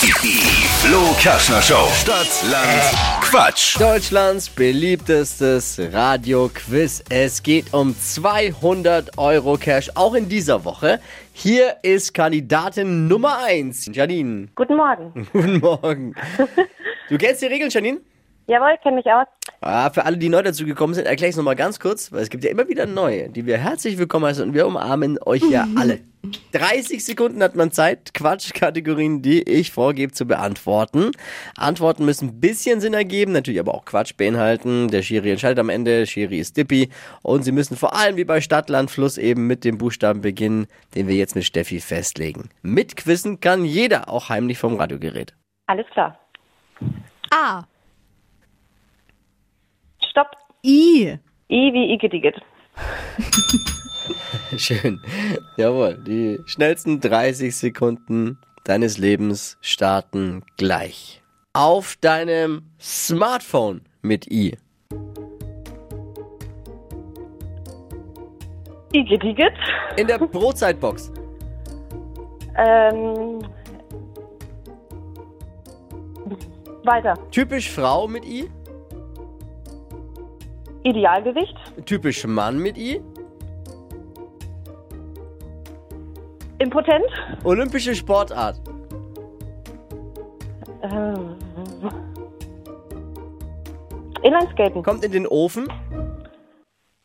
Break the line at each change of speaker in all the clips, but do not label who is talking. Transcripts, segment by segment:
Die Flo Kaschner Show. Stadt, Land, Quatsch.
Deutschlands beliebtestes Radio-Quiz. Es geht um 200 Euro Cash, auch in dieser Woche. Hier ist Kandidatin Nummer 1, Janine.
Guten Morgen.
Guten Morgen. Du kennst die Regeln, Janine?
Jawohl, kenne mich aus.
Ah, für alle, die neu dazu gekommen sind, erkläre ich es nochmal ganz kurz, weil es gibt ja immer wieder neue, die wir herzlich willkommen heißen und wir umarmen euch ja alle. 30 Sekunden hat man Zeit, Quatschkategorien, die ich vorgebe, zu beantworten. Antworten müssen ein bisschen Sinn ergeben, natürlich aber auch Quatsch beinhalten. Der Schiri entscheidet am Ende, Schiri ist Dippi und sie müssen vor allem wie bei Stadtland Fluss eben mit dem Buchstaben beginnen, den wir jetzt mit Steffi festlegen. Mitquissen kann jeder, auch heimlich vom Radiogerät.
Alles klar.
A.
Stopp.
I.
I wie Igedigit.
Schön. Jawohl, die schnellsten 30 Sekunden deines Lebens starten gleich. Auf deinem Smartphone mit i.
Igedigit.
In der Brotzeitbox.
Ähm. Weiter.
Typisch Frau mit i.
Idealgewicht.
Typisch Mann mit i.
Impotent.
Olympische Sportart.
Ähm. Inlineskaten.
Kommt in den Ofen.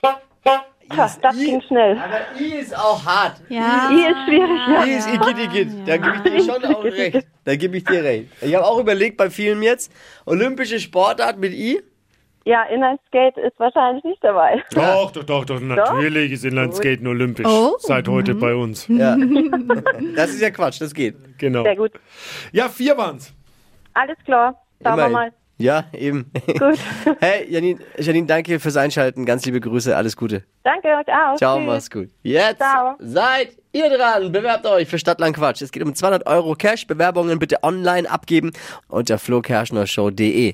Tja, das ging schnell.
Aber i ist auch hart.
Ja.
I ist schwierig, ja.
Die ist Igidigit. Da gebe ich dir schon auch recht. Da gebe ich dir recht. Ich habe auch überlegt bei vielen jetzt, olympische Sportart mit I.
Ja, Inlineskate ist wahrscheinlich nicht dabei.
Doch, doch, doch, doch, natürlich ist Inlineskaten olympisch.
Oh.
Seit heute bei uns.
Ja. Das ist ja Quatsch, das geht.
Genau.
Sehr gut.
Ja, vier waren's.
Alles klar. Schauen wir
Immerhin.
mal.
Ja, eben.
Gut.
Hey, Janine, Janine, danke fürs Einschalten. Ganz liebe Grüße, alles Gute.
Danke euch auch.
Ciao,
Tschüss.
mach's gut. Jetzt
Ciao.
seid ihr dran. Bewerbt euch für Stadtland Quatsch. Es geht um 200 Euro Cash. Bewerbungen bitte online abgeben unter flokerschnershow.de.